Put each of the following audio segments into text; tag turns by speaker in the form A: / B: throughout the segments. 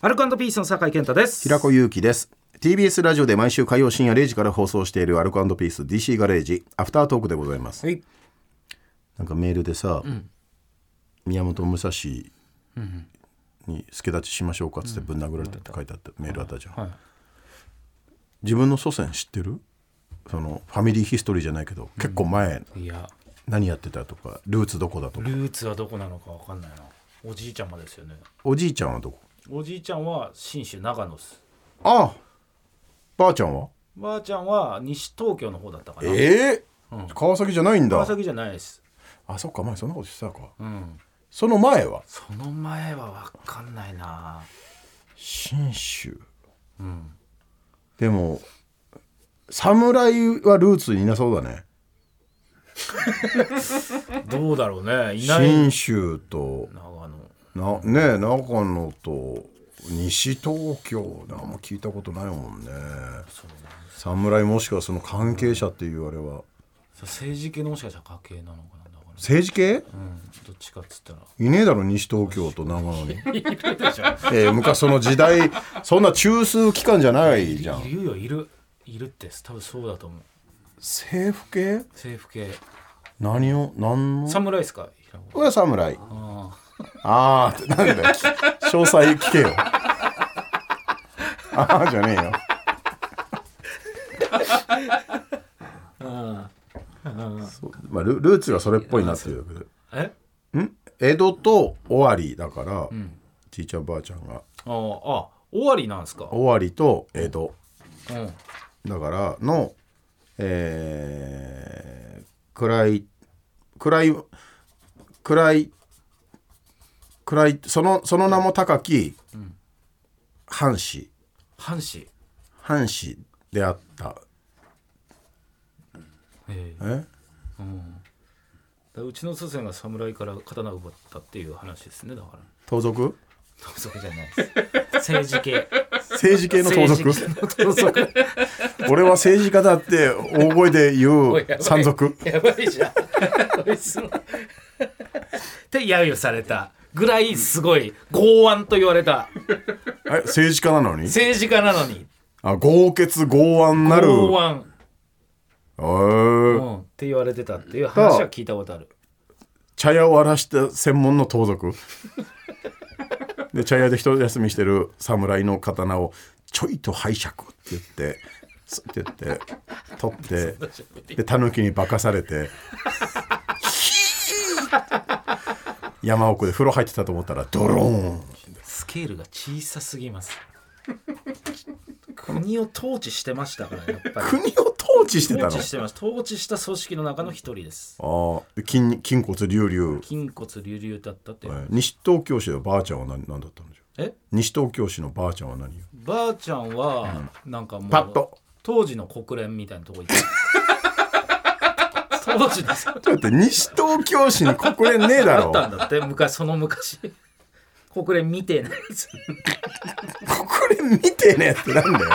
A: アルコピースの酒井健太です
B: 平子祐希です TBS ラジオで毎週火曜深夜0時から放送しているアルコピース DC ガレージアフタートークでございます、
A: はい
B: なんかメールでさ、宮本武蔵に助太刀しましょうかっつってぶん殴られたって書いてあったメールあったじゃん、
A: はい
B: 自分の祖先知ってるそのファミリーヒストリーじゃないけど結構前
A: いや
B: 何やってたとかルーツどこだとか
A: ルーツはどこなのかわかんないなおじいちゃんまでですよね
B: おじいちゃんはどこ
A: おじいちゃんは信州長野っす
B: ああばあちゃんは
A: ばあちゃんは西東京の方だったかな
B: ええ川崎じゃないん
A: 川
B: だ
A: 崎じゃないです
B: あそっか前そんなことしてたか
A: うん
B: その前は
A: その前はわかんないな
B: 信州
A: うん
B: でも侍はルーツいなそうだね
A: どうだろうねいない
B: 信州と
A: 長野
B: なねえ長野と西東京なんも聞いたことないもんね
A: そう
B: 侍もしくはその関係者っていうあれは
A: 政治系のもしかしたら家系なのかなだから
B: 政治系
A: うんどっちかっつったら
B: いねえだろ西東京と長野に、
A: いるでしょ
B: えー昔その時代そんな中枢機関じゃないじゃ
A: い
B: ん
A: るよいるいるって多分そうだと思う
B: 政府系
A: 政府系
B: 何を何の
A: 侍ですか平子
B: これは侍
A: あ
B: あーってなんだよ詳細聞けよああじゃねえよ
A: あ
B: そうまあ、ルルーツがそれっぽいなっていう
A: え
B: ん江戸と尾張だから、
A: ん
B: じいちゃんばあちゃんが
A: ああ終わりなんですか
B: 尾張と江戸
A: うん
B: だからのえー、暗い暗い暗い暗いそのその名も高き藩士
A: 藩士
B: 藩士であった
A: ええ
B: え
A: だうちの祖先が侍から刀を奪ったっていう話ですねだから
B: 盗賊
A: 盗賊じゃないです 政治系
B: 政治系の盗賊
A: 政治系の盗賊
B: 俺は政治家だって大声で 言
A: おいやば
B: う
A: い
B: 山賊
A: やばいじゃんこいつのって揶揄されたぐらいすごい剛腕と言われた
B: え政治家なのに
A: 政治家なのに
B: あ豪傑剛腕なる
A: 剛腕う
B: えー
A: ん、って言われてたっていう話は聞いたことある。
B: 茶屋を荒らした専門の盗賊で茶屋で一休みしてる侍の刀をちょいと拝借って言ってすって言って取ってで狸に化かされて山奥で風呂入ってたと思ったらドローン
A: スケールが小さすぎます。国を統治してましたから、やっぱり。
B: 国を統治してた
A: 統
B: の
A: 治してました。統治した組織の中の一人です。
B: ああ筋筋骨隆々
A: 筋骨隆々だったって
B: え。ー西東京市のばあちゃんは何何だったんでしょう
A: え
B: 西東京市のばあちゃんは何よ
A: ばあちゃんは、なんかもう、
B: パッと
A: 当時の国連みたいなとこ 行った。当時です。
B: ちょっと待って西東京市に国連ねえだ
A: あ
B: ろ
A: ったんだって、昔、その昔。国連見てないです。
B: 国連見てねえってなんだよ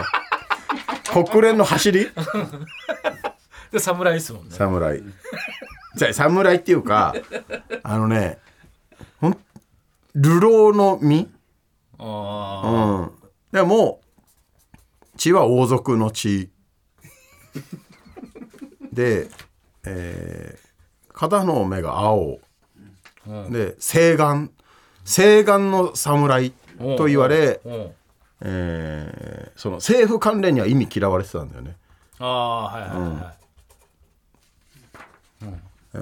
B: 国連の走り
A: で、侍ですもんね。
B: 侍じゃあ侍っていうかあのねほん流浪の身
A: あ
B: うんでも血は王族の血で、えー片の目が青
A: あ。うん。
B: で西岸西岸の侍と言われ、
A: うん。
B: えーその政府関連には意味嫌われてたんだよね。
A: ああ、はいはいはいはい。
B: え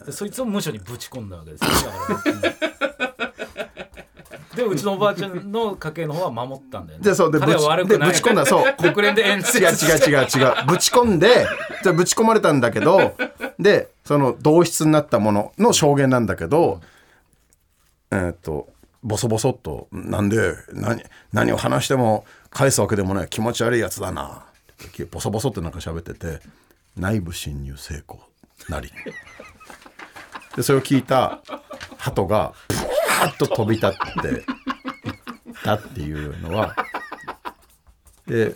B: ー
A: でそいつを無所にぶち込んだわけですよだからでうちのおばあちゃんの家系の方は守ったんだよね
B: でそうでぶ
A: 彼
B: ち
A: は悪
B: で
A: くない
B: ぶち込んだそうで
A: 国連で 演説
B: 違う違う違う違うぶち込んでじゃぶち込まれたんだけどでその同室になったものの証言なんだけどえーっとボソボソっと「なんで何何を話しても返すわけでもない気持ち悪いやつだな」ボソボソってなんか喋ってて「内部侵入成功なり」でそれを聞いた鳩がブワーッと飛び立っていったっていうのは。で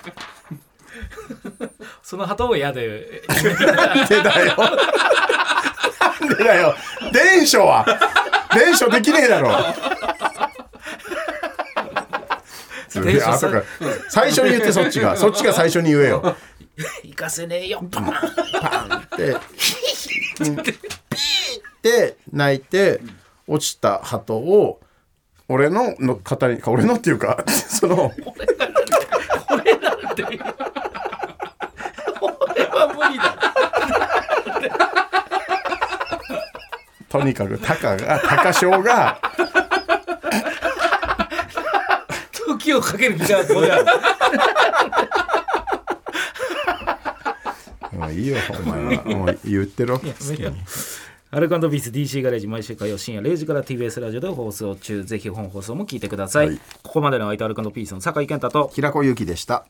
A: その旗を嫌で
B: なんでだよ。なんでだよ。伝書は。伝書できねえだろ。つって後から最初に言ってそっちがそっちが最初に言えよ
A: 行かせねえよパン
B: でで泣いて落ちた鳩を俺のの肩に俺のっていうかその
A: これなんてこれは無理だ
B: とにかくタカが高翔が
A: 時をかける気がする
B: 「もういいよお前はもう言ってろ」
A: アルカンドビース DC ガレージ毎週火曜深夜0時から TBS ラジオで放送中ぜひ本放送も聞いてください、
B: はい
A: ここまでの相手アルカンドピースの酒井健太と
B: 平子ゆきでした。